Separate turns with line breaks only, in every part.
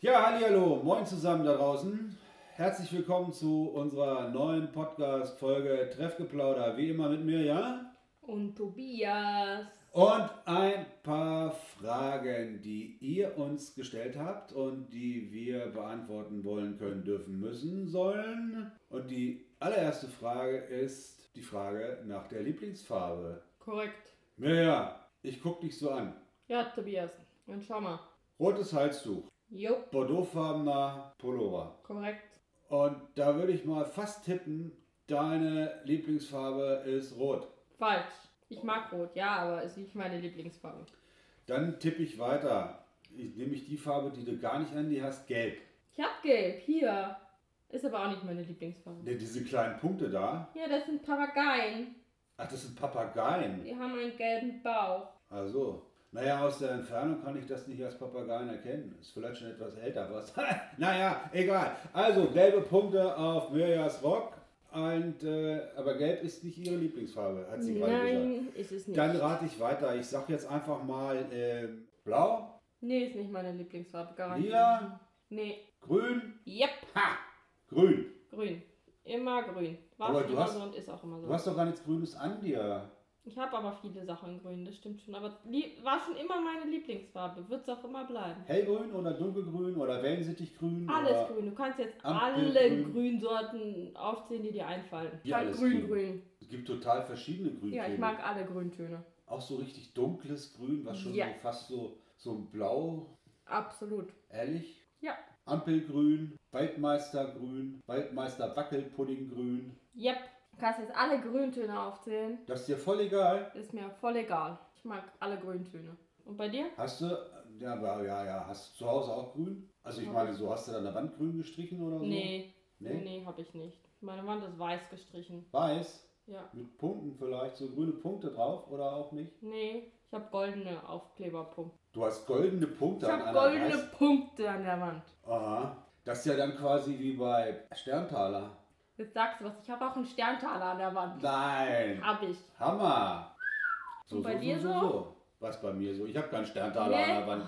Ja, hallo, moin zusammen da draußen. Herzlich willkommen zu unserer neuen Podcast-Folge Treffgeplauder. Wie immer mit mir, ja?
Und Tobias.
Und ein paar Fragen, die ihr uns gestellt habt und die wir beantworten wollen, können, dürfen, müssen, sollen. Und die allererste Frage ist die Frage nach der Lieblingsfarbe.
Korrekt.
Mirja, ich guck dich so an.
Ja, Tobias. Dann schau mal.
Rotes Halstuch,
Jo,
Bordeauxfarbener Pullover.
korrekt.
Und da würde ich mal fast tippen, deine Lieblingsfarbe ist rot.
Falsch. Ich mag Rot, ja, aber ist nicht meine Lieblingsfarbe.
Dann tippe ich weiter. Ich nehme ich die Farbe, die du gar nicht an, die hast gelb.
Ich hab Gelb, hier. Ist aber auch nicht meine Lieblingsfarbe.
Ne, diese kleinen Punkte da.
Ja, das sind Papageien.
Ach, das sind Papageien.
Die haben einen gelben Bauch.
Also. Naja, aus der Entfernung kann ich das nicht als Papageien erkennen. Ist vielleicht schon etwas älter, was. naja, egal. Also, gelbe Punkte auf Mirjas Rock. Und, äh, aber gelb ist nicht ihre Lieblingsfarbe, hat sie gerade gesagt.
Nein, ist es nicht.
Dann rate ich weiter. Ich sag jetzt einfach mal äh, blau,
nee, ist nicht meine Lieblingsfarbe, garantiert.
lila,
Nee.
grün,
Yep.
ha, grün.
Grün. Immer grün. War
Aber
schon
du
immer
hast-
so und ist auch immer so.
Du hast doch gar nichts Grünes an dir.
Ich habe aber viele Sachen in grün, das stimmt schon. Aber lie- war schon immer meine Lieblingsfarbe, wird es auch immer bleiben.
Hellgrün oder dunkelgrün oder Wellensittichgrün?
Alles
oder
grün, du kannst jetzt
Ampelgrün.
alle Grünsorten aufzählen, die dir einfallen.
Wie
ich mag
alles
grün,
grün?
grün,
Es gibt total verschiedene Grüntöne.
Ja, ich mag alle Grüntöne.
Auch so richtig dunkles Grün, was schon
Ja.
so fast so, so ein Blau,
Absolut.
ehrlich?
Ja.
Ampelgrün, Waldmeistergrün, Waldmeister Wackelpuddinggrün.
Yep. Du kannst jetzt alle Grüntöne aufzählen,
Das ist dir voll egal.
ist mir voll egal. Ich mag alle Grüntöne. Und bei dir?
Hast du, ja, aber- ja, ja, hast du zu Hause auch grün? Also ich
Ja.
meine, so hast du da an der Wand grün gestrichen oder so?
Nee, nee,
Also, Nee?
nee, habe ich nicht. Meine Wand ist weiß gestrichen.
Weiß,
Ja.
mit Punkten vielleicht, so grüne Punkte drauf oder auch nicht?
Nee, ich habe goldene Aufkleberpunkte.
Du hast goldene Punkte
Ich
an
habe
einer
goldene
Weiß-
Punkte an der Wand.
Aha. Das ist ja dann quasi wie bei Sterntaler.
Jetzt sagst du was, ich habe auch einen Sterntaler an der Wand.
Nein,
Hab ich.
Hammer.
Und bei dir so?
Was bei mir so? Ich habe keinen Sterntaler an der Wand.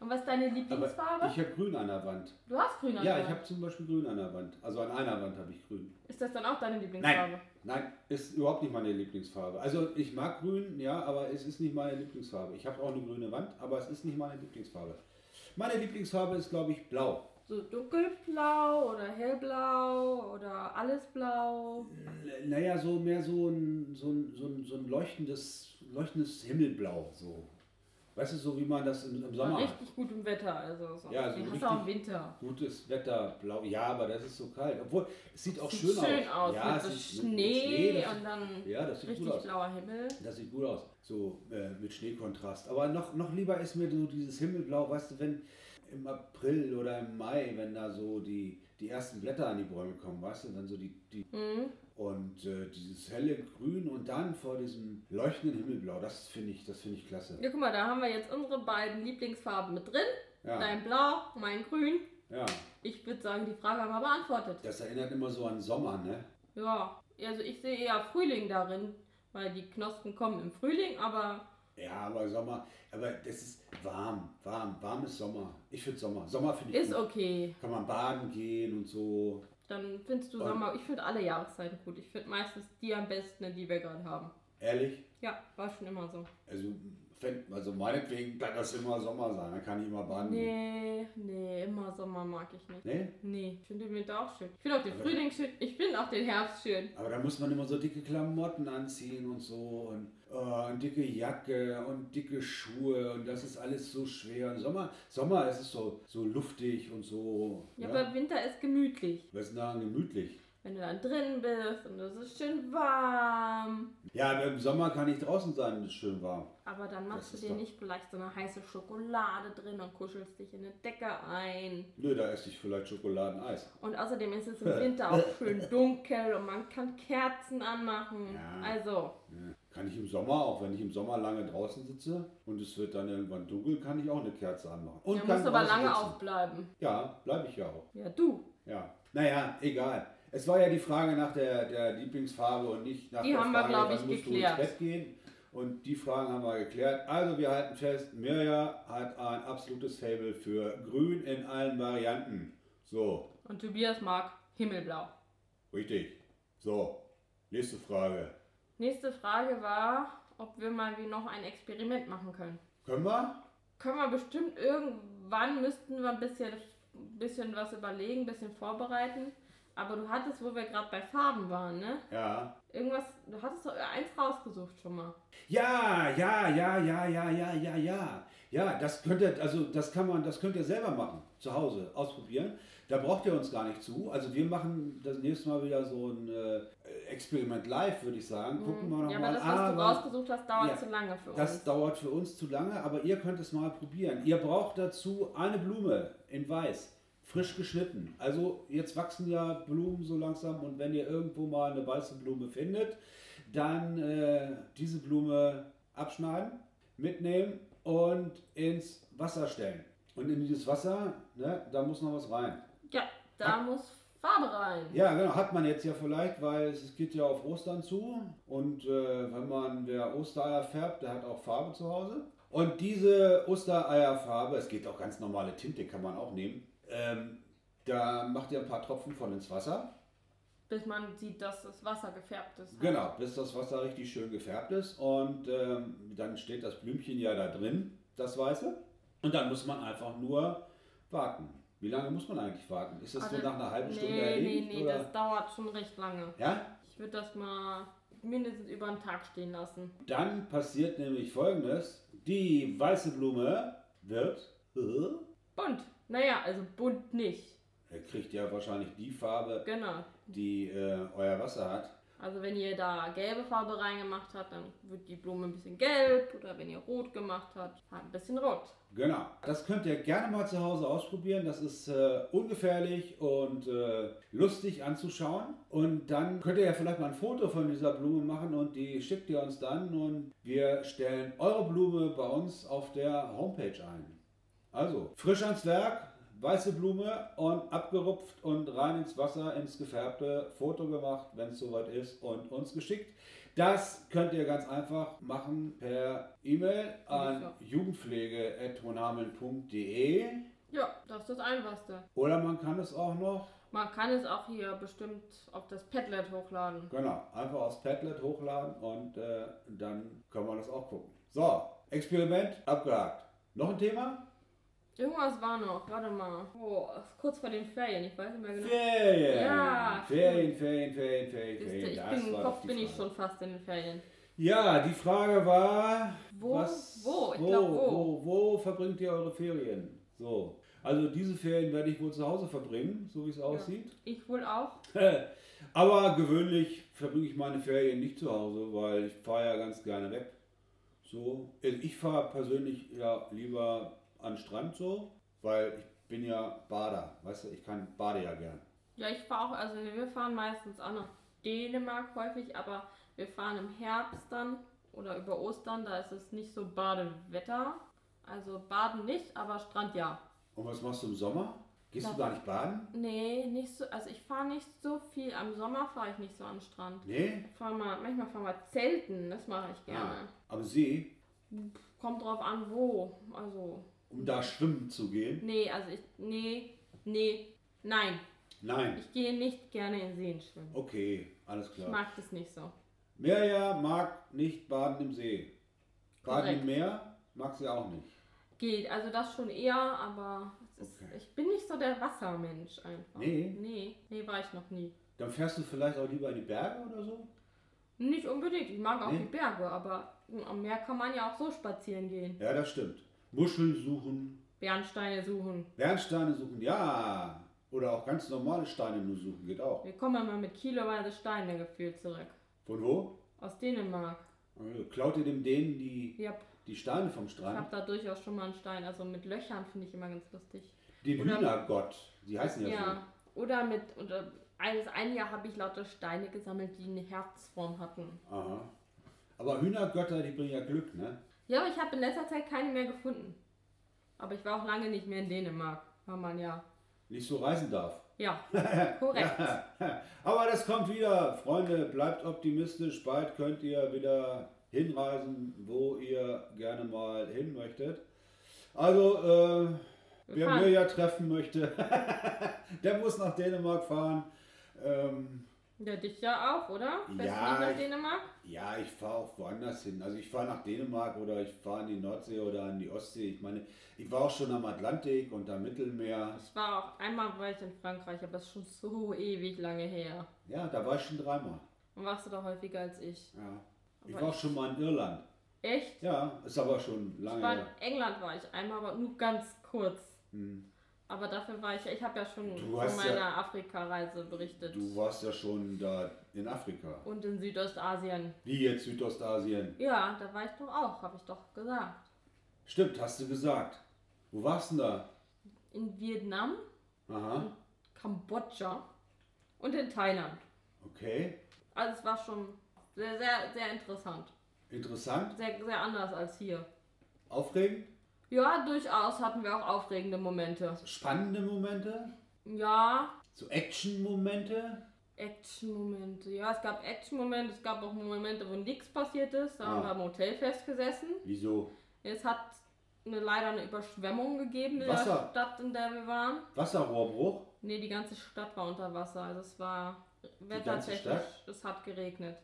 Und was ist deine
Aber
Lieblingsfarbe?
ich habe grün an der Wand.
du hast grün an
ja,
der
ich
Wand.
habe zum Beispiel grün an der Wand. Also an einer Wand habe ich grün.
Ist das dann auch deine Lieblingsfarbe?
Nein, ist überhaupt nicht meine Lieblingsfarbe. Also ich mag grün, ja, aber es ist nicht meine Lieblingsfarbe. Ich habe auch eine grüne Wand, aber es ist nicht meine Lieblingsfarbe. Meine Lieblingsfarbe ist, glaube ich, blau.
So dunkelblau oder hellblau oder alles blau.
N- Naja, so mehr so ein, so ein, so ein, so ein leuchtendes, leuchtendes Himmelblau. So. Weißt du, so wie man das im, im Sommer
Bei
hat.
richtig gutem Wetter. Also so.
Ja, so
Die hast
richtig-
du auch im Winter.
Gutes Wetter, blau. Ja, aber das ist so kalt. Obwohl, es sieht auch schön,
sieht schön aus.
Ja,
mit
es
so
sieht- mit- mit
Schnee
das
und dann
sieht, ja, das sieht gut
richtig
aus.
blauer Himmel.
Das sieht gut aus, so äh, mit Schneekontrast. Aber noch, noch lieber ist mir so dieses Himmelblau, weißt du, wenn im April oder im Mai, wenn da so die, die ersten Blätter an die Bäume kommen, weißt du, dann so die, die
Mhm.
und äh, dieses helle Grün und dann vor diesem leuchtenden Himmelblau, das finde ich, das finde ich klasse.
Ja, guck mal, da haben wir jetzt unsere beiden Lieblingsfarben mit drin.
Ja,
Dein Blau, mein Grün.
ja,
Ich würde sagen, die Frage haben wir beantwortet.
das erinnert immer so an Sommer, ne?
Ja, also ich sehe eher Frühling darin, weil die Knospen kommen im Frühling, aber
Ja, aber Sommer, aber das ist warm, warm, warm ist Sommer. Ich finde Sommer, Sommer finde ich
ist
gut.
okay.
Kann man baden gehen und so.
Dann findest du
Und-
Sommer, ich finde alle Jahreszeiten gut. Ich finde meistens die am besten, die wir gerade haben.
Ehrlich?
Ja, war schon immer so.
Also, fänd- also meinetwegen kann das immer Sommer sein, dann kann ich immer baden gehen. Ne?
Nee, nee, immer Sommer mag ich nicht.
Nee?
Nee, ich finde den Winter auch schön. Ich finde auch den
Aber-
Frühling schön, ich finde auch den Herbst schön.
Aber da muss man immer so dicke Klamotten anziehen und so und, äh, und dicke Jacke und dicke Schuhe und das ist alles so schwer. Im Sommer, Sommer ist es so, so luftig und so.
Ja,
Ja,
aber Winter ist gemütlich.
Was ist denn daran gemütlich?
Wenn du dann drin bist und es ist schön warm.
Ja, aber im Sommer kann ich draußen sein, ist schön warm.
Aber dann machst du
ist
dir
doch-
nicht vielleicht so eine heiße Schokolade drin und kuschelst dich in eine Decke ein.
Nö, da esse ich vielleicht Schokoladeneis.
Und außerdem ist es im Winter auch schön dunkel und man kann Kerzen anmachen.
Ja.
Also,
Ja. Kann ich im Sommer auch, wenn ich im Sommer lange draußen sitze und es wird dann irgendwann dunkel, kann ich auch eine Kerze anmachen. Und
man
kann
muss aber
draußen
lange
sitzen.
aufbleiben.
Ja, bleibe ich ja auch.
Ja, du.
Ja, naja, egal. Es war ja die Frage nach der, der Lieblingsfarbe und nicht nach
Die
der
haben wir,
Frage,
glaub
wann
ich,
musst du ins
geklärt.
Bett gehen Und die Fragen haben wir geklärt. Also wir halten fest, Mirja hat ein absolutes Fable für Grün in allen Varianten. So,
Und Tobias mag Himmelblau.
richtig. So, nächste Frage.
Nächste Frage war, ob wir mal wie noch ein Experiment machen können.
Können wir?
Können wir bestimmt irgendwann, müssten wir ein bisschen, bisschen was überlegen, ein bisschen vorbereiten. Aber du hattest, wo wir gerade bei Farben waren, ne?
Ja.
Irgendwas, du hattest doch eins rausgesucht schon mal.
Ja, ja, ja, ja, ja, ja, ja, ja. Ja, das könnt ihr, also das kann man, das könnt ihr selber machen, zu Hause, ausprobieren. Da braucht ihr uns gar nicht zu. Also wir machen das nächste Mal wieder so ein äh, Experiment live, würde ich sagen. Gucken wir
Mhm. Hm.
Ah,
ja,
nochmal.
aber das, was du rausgesucht hast, dauert
Ja,
zu lange für
Das
uns.
dauert für uns zu lange, aber ihr könnt es mal probieren. Ihr braucht dazu eine Blume in weiß, frisch geschnitten. Also jetzt wachsen ja Blumen so langsam und wenn ihr irgendwo mal eine weiße Blume findet, dann äh, diese Blume abschneiden, mitnehmen und ins Wasser stellen. Und in dieses Wasser, ne, da muss noch was rein.
Ja, da muss Farbe rein.
Ja, genau, hat man jetzt ja vielleicht, weil es geht ja auf Ostern zu und äh, wenn man wer Ostereier färbt, der hat auch Farbe zu Hause. Und diese Ostereierfarbe, es geht auch ganz normale Tinte, kann man auch nehmen. Ähm, da macht ihr ein paar Tropfen von ins Wasser.
Bis man sieht, dass das Wasser gefärbt ist.
Genau, bis das Wasser richtig schön gefärbt ist und ähm, dann steht das Blümchen ja da drin, das Weiße. Und dann muss man einfach nur warten. Wie lange muss man eigentlich warten? Ist das so
Aber-
nach einer halben
Ah, Nee,
Stunde
nee,
erledigt?
nee,
oder?
das dauert schon recht lange.
ja?
Ich würde das mal mindestens über einen Tag stehen lassen.
Dann passiert nämlich folgendes: Die weiße Blume wird. äh,
Bunt. Naja, also bunt nicht.
Er kriegt ja wahrscheinlich die Farbe,
Genau.
die äh, euer Wasser hat.
Also wenn ihr da gelbe Farbe reingemacht habt, dann wird die Blume ein bisschen gelb. Oder wenn ihr rot gemacht habt, halt ein bisschen rot.
Genau. Das könnt ihr gerne mal zu Hause ausprobieren. Das ist äh, ungefährlich und äh, lustig anzuschauen. Und dann könnt ihr ja vielleicht mal ein Foto von dieser Blume machen und die schickt ihr uns dann. Und wir stellen eure Blume bei uns auf der Homepage ein. Also, frisch ans Werk, weiße Blume und abgerupft und rein ins Wasser, ins gefärbte Foto gemacht, wenn es soweit ist und uns geschickt. Das könnt ihr ganz einfach machen per E-Mail
Genau.
an jugendpflege.honameln.de
Ja, das ist das Einfachste.
oder man kann es auch noch,
Man kann es auch hier bestimmt auf das Padlet hochladen.
genau, einfach aus Padlet hochladen und äh, dann kann man das auch gucken. So, Experiment abgehakt. Noch ein Thema?
Irgendwas war noch. Warte mal. Oh, ist kurz vor den Ferien. Ich weiß nicht mehr genau.
Ferien!
Ja.
Ferien, Ferien, Ferien, Ferien,
Wisst
Ferien.
ihr, ich
Das
bin im
war
Kopf,
die
bin ich
Frage.
schon fast in den Ferien.
Ja, die Frage war,
Wo?
was,
Wo? Ich
wo,
glaub,
wo.
wo.
wo verbringt ihr eure Ferien? So, also diese Ferien werde ich wohl zu Hause verbringen, so wie es aussieht.
Ich wohl auch.
Aber gewöhnlich verbringe ich meine Ferien nicht zu Hause, weil ich fahre ja ganz gerne weg. So, also ich fahre persönlich ja lieber an den Strand so, weil ich bin ja Bader, weißt du, ich kann bade ja gern.
Ja, ich fahre auch, also wir fahren meistens auch nach Dänemark häufig, aber wir fahren im Herbst dann oder über Ostern, da ist es nicht so Badewetter. Also baden nicht, aber Strand ja.
Und was machst du im Sommer? Gehst du
Ja.
gar nicht baden?
Nee, nicht so, also ich fahre nicht so viel. Am Sommer fahre ich nicht so an den Strand.
Nee?
Ich Fahr mal, manchmal fahren wir Zelten, das mache ich gerne.
Ah, am See,
Kommt drauf an, wo. Also,
um da schwimmen zu gehen?
nee, also ich, nee, nee, nein.
Nein.
Ich gehe nicht gerne in Seen schwimmen.
Okay, alles
Ich
klar.
mag das nicht so.
Mirja mag nicht baden im See. Baden
Korrekt.
im Meer mag sie auch nicht.
Geht, also das schon eher, aber es ist,
Okay.
ich bin nicht so der Wassermensch einfach.
Nee?
Nee, nee, war ich noch nie.
Dann fährst du vielleicht auch lieber in die Berge oder so?
Nicht unbedingt, ich mag auch
Nee?
die Berge, aber am Meer kann man ja auch so spazieren gehen.
Ja, das stimmt. Muscheln suchen,
Bernsteine suchen.
Bernsteine suchen, ja. Oder auch ganz normale Steine nur suchen, geht auch.
Wir kommen immer mit kiloweise Steine gefühlt zurück.
Von wo?
Aus Dänemark.
Also, Klaut ihr dem denen die,
Ja,
die Steine vom
ich habe
Strand?
da durchaus schon mal einen Stein. Also mit Löchern finde ich immer ganz lustig.
Den
Oder-
Hühnergott. Die heißen ja,
Ja. Oder mit, oder eines ein Jahr habe ich lauter Steine gesammelt, die eine Herzform hatten.
so. Aha. Aber Hühnergötter, die bringen ja Glück, ne?
Ja, aber ich habe in letzter Zeit keine mehr gefunden. Aber ich war auch lange nicht mehr in Dänemark, weil man ja.
Nicht so reisen darf.
Ja, korrekt.
Ja, aber das kommt wieder. Freunde, bleibt optimistisch. Bald könnt ihr wieder hinreisen, wo ihr gerne mal hin möchtet. Also, äh,
Wir
wer
fahren.
Mirja treffen möchte, der muss nach Dänemark fahren. Ähm,
Ja, dich ja auch, oder? Fährst
Ja,
du
ich-
nicht nach Dänemark?
ja, ich fahre auch woanders hin. Also ich fahre nach Dänemark oder ich fahre in die Nordsee oder an die Ostsee. Ich meine, ich war auch schon am Atlantik und am Mittelmeer.
Ich war auch einmal war ich in Frankreich, aber das ist schon so ewig lange her.
Ja, da war ich schon dreimal.
Und warst du da häufiger als ich.
Ja. Ich
Aber
war auch schon mal in Irland.
Echt?
Ja, ist aber schon
ich
lange
war
her.
in England war ich einmal, aber nur ganz kurz.
Hm.
Aber dafür war ich, ich habe ja schon
Du
von
hast ja-
meiner Afrika-Reise berichtet.
Du warst ja schon da in Afrika.
Und in Südostasien.
Wie jetzt Südostasien?
Ja, da war ich doch auch, habe ich doch gesagt.
Stimmt, hast du gesagt. Wo warst du denn da?
In Vietnam,
Aha,
Kambodscha und in Thailand.
okay.
Also es war schon sehr, sehr, sehr interessant.
Interessant,
Sehr, sehr anders als hier.
aufregend,
Ja, durchaus hatten wir auch aufregende Momente.
spannende Momente,
Ja,
so Action-Momente.
Action-Momente. Ja, es gab Action-Momente, es gab auch Momente, wo nichts passiert ist. Da haben
Ah.
wir im Hotel festgesessen.
Wieso?
Es hat eine, leider eine Überschwemmung gegeben in
Wasser.
der Stadt, in der wir waren.
Wasserrohrbruch?
Nee, die ganze Stadt war unter Wasser. Also es war
ganze
wettertechnisch.
Stadt?
Es hat geregnet.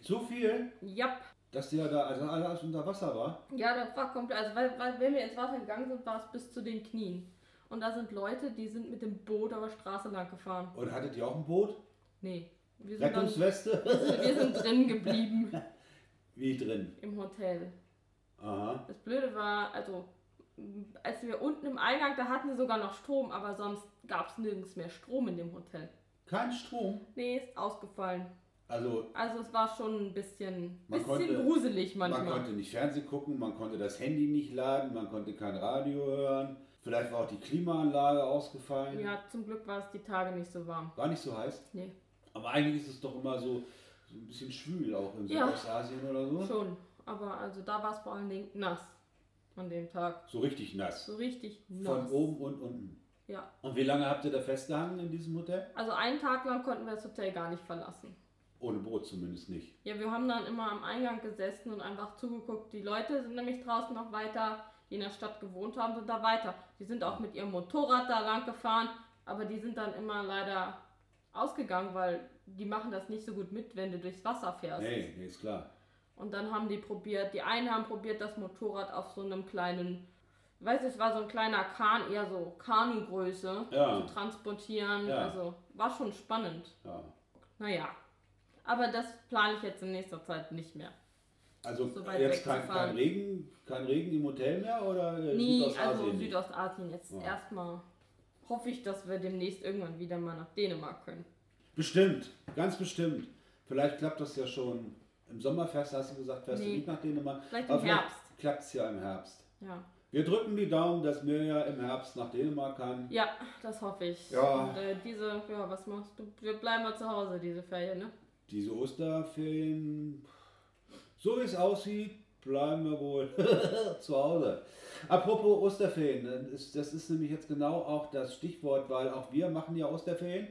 So viel,
Jap.
dass der da also alles unter Wasser war.
Ja, das war komplett. Also weil, weil, wenn wir ins Wasser gegangen sind, war es bis zu den Knien. Und da sind Leute, die sind mit dem Boot auf der Straße lang gefahren.
Und hattet ihr auch ein Boot?
Nee. Wir sind, dann,
Rettungsweste?
wir sind drin geblieben
Wie drin?
im Hotel.
Aha.
Das Blöde war, also, m, als wir unten im Eingang, da hatten wir sogar noch Strom, aber sonst gab es nirgends mehr Strom in dem Hotel.
Kein Strom.
Nee, ist ausgefallen.
Also
Also es war schon ein bisschen,
Man
bisschen
konnte-
gruselig manchmal.
Man konnte nicht Fernsehen gucken, man konnte das Handy nicht laden, man konnte kein Radio hören. Vielleicht war auch die Klimaanlage ausgefallen.
ja, zum Glück war es die Tage nicht so warm.
War nicht so heiß.
Nee,
Aber eigentlich ist es doch immer so, so ein bisschen schwül, auch in
Ja.
Südostasien oder so.
schon. Aber also da war es vor allen Dingen nass an dem Tag.
So richtig nass.
So richtig
Von
nass.
oben und unten.
Ja.
Und wie lange habt ihr da festgehangen in diesem Hotel?
Also einen Tag lang konnten wir das Hotel gar nicht verlassen.
Ohne Boot zumindest nicht.
Ja, wir haben dann immer am Eingang gesessen und einfach zugeguckt. Die Leute sind nämlich draußen noch weiter, die in der Stadt gewohnt haben, sind da weiter. Die sind auch mit ihrem Motorrad da lang gefahren, aber die sind dann immer leider ausgegangen, weil die machen das nicht so gut mit, wenn du durchs Wasser fährst.
Nee, nee, ist klar.
Und dann haben die probiert, die einen haben probiert, das Motorrad auf so einem kleinen, weiß ich, war so ein kleiner Kahn, eher so Kanugröße
Ja.
zu transportieren.
Ja.
Also war schon spannend.
Ja.
Naja. Aber das plane ich jetzt in nächster Zeit nicht mehr.
Also
So weit
jetzt kein,
wegzufahren.
kein, Regen, kein Regen im Hotel mehr oder äh,
Nie,
Südostasien?
also
nicht?
Südostasien jetzt
Ja.
erstmal. Hoffe ich, dass wir demnächst irgendwann wieder mal nach Dänemark können.
Bestimmt, ganz bestimmt. Vielleicht klappt das ja schon im Sommerfest, hast du gesagt, fährst du
Nee.
nicht nach Dänemark.
Vielleicht
Aber
im Herbst.
klappt es ja im Herbst.
Ja.
Wir drücken die Daumen, dass Mirja im Herbst nach Dänemark kann.
ja, das hoffe ich.
Ja.
Und äh, diese, ja, was machst du? Wir bleiben mal zu Hause, diese Ferien, ne?
Diese Osterferien, so wie es aussieht, bleiben wir wohl zu Hause. Apropos Osterferien, das ist- das ist nämlich jetzt genau auch das Stichwort, weil auch wir machen ja Osterferien.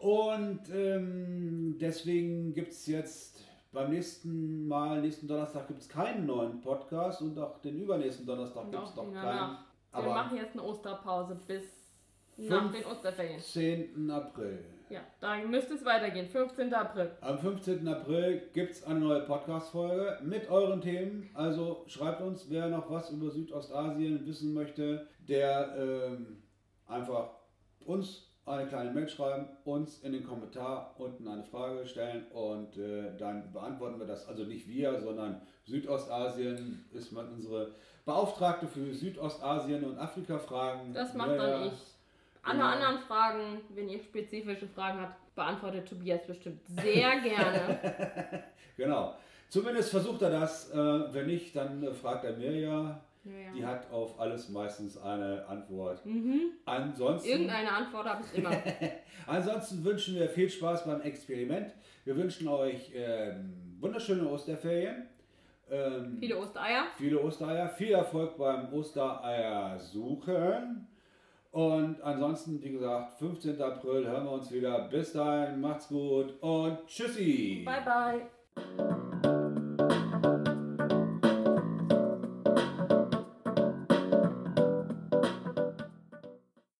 Und ähm, deswegen gibt es jetzt beim nächsten Mal, nächsten Donnerstag, gibt es keinen neuen Podcast und auch den übernächsten Donnerstag
Und
gibt es
auch
noch
die
keinen.
danach. wir
Aber
machen jetzt eine Osterpause bis nach
Fünf-
den Osterferien.
10. April.
Ja, da müsste es weitergehen. 15. April.
Am 15. April gibt es eine neue Podcast-Folge mit euren Themen. Also schreibt uns, wer noch was über Südostasien wissen möchte, der ähm, einfach uns eine kleine Mail schreiben, uns in den Kommentar unten eine Frage stellen und äh, dann beantworten wir das. Also nicht wir, sondern Südostasien ist man unsere Beauftragte für Südostasien und Afrika-Fragen.
Das macht
Ja,
dann
ja.
ich. Alle
Genau.
anderen Fragen, wenn ihr spezifische Fragen habt, beantwortet Tobias bestimmt sehr gerne.
Genau. Zumindest versucht er das. Äh, wenn nicht, dann äh, fragt er mir ja.
Ja, ja.
Die hat auf alles meistens eine Antwort.
Mhm.
Ansonsten,
Irgendeine Antwort habe ich immer.
ansonsten wünschen wir viel Spaß beim Experiment. Wir wünschen euch ähm, wunderschöne Osterferien. Ähm,
Viele Ostereier.
viele Ostereier. Viel Erfolg beim Ostereier suchen. Und ansonsten, wie gesagt, 15. April hören wir uns wieder. Bis dahin, macht's gut und tschüssi.
Bye, bye.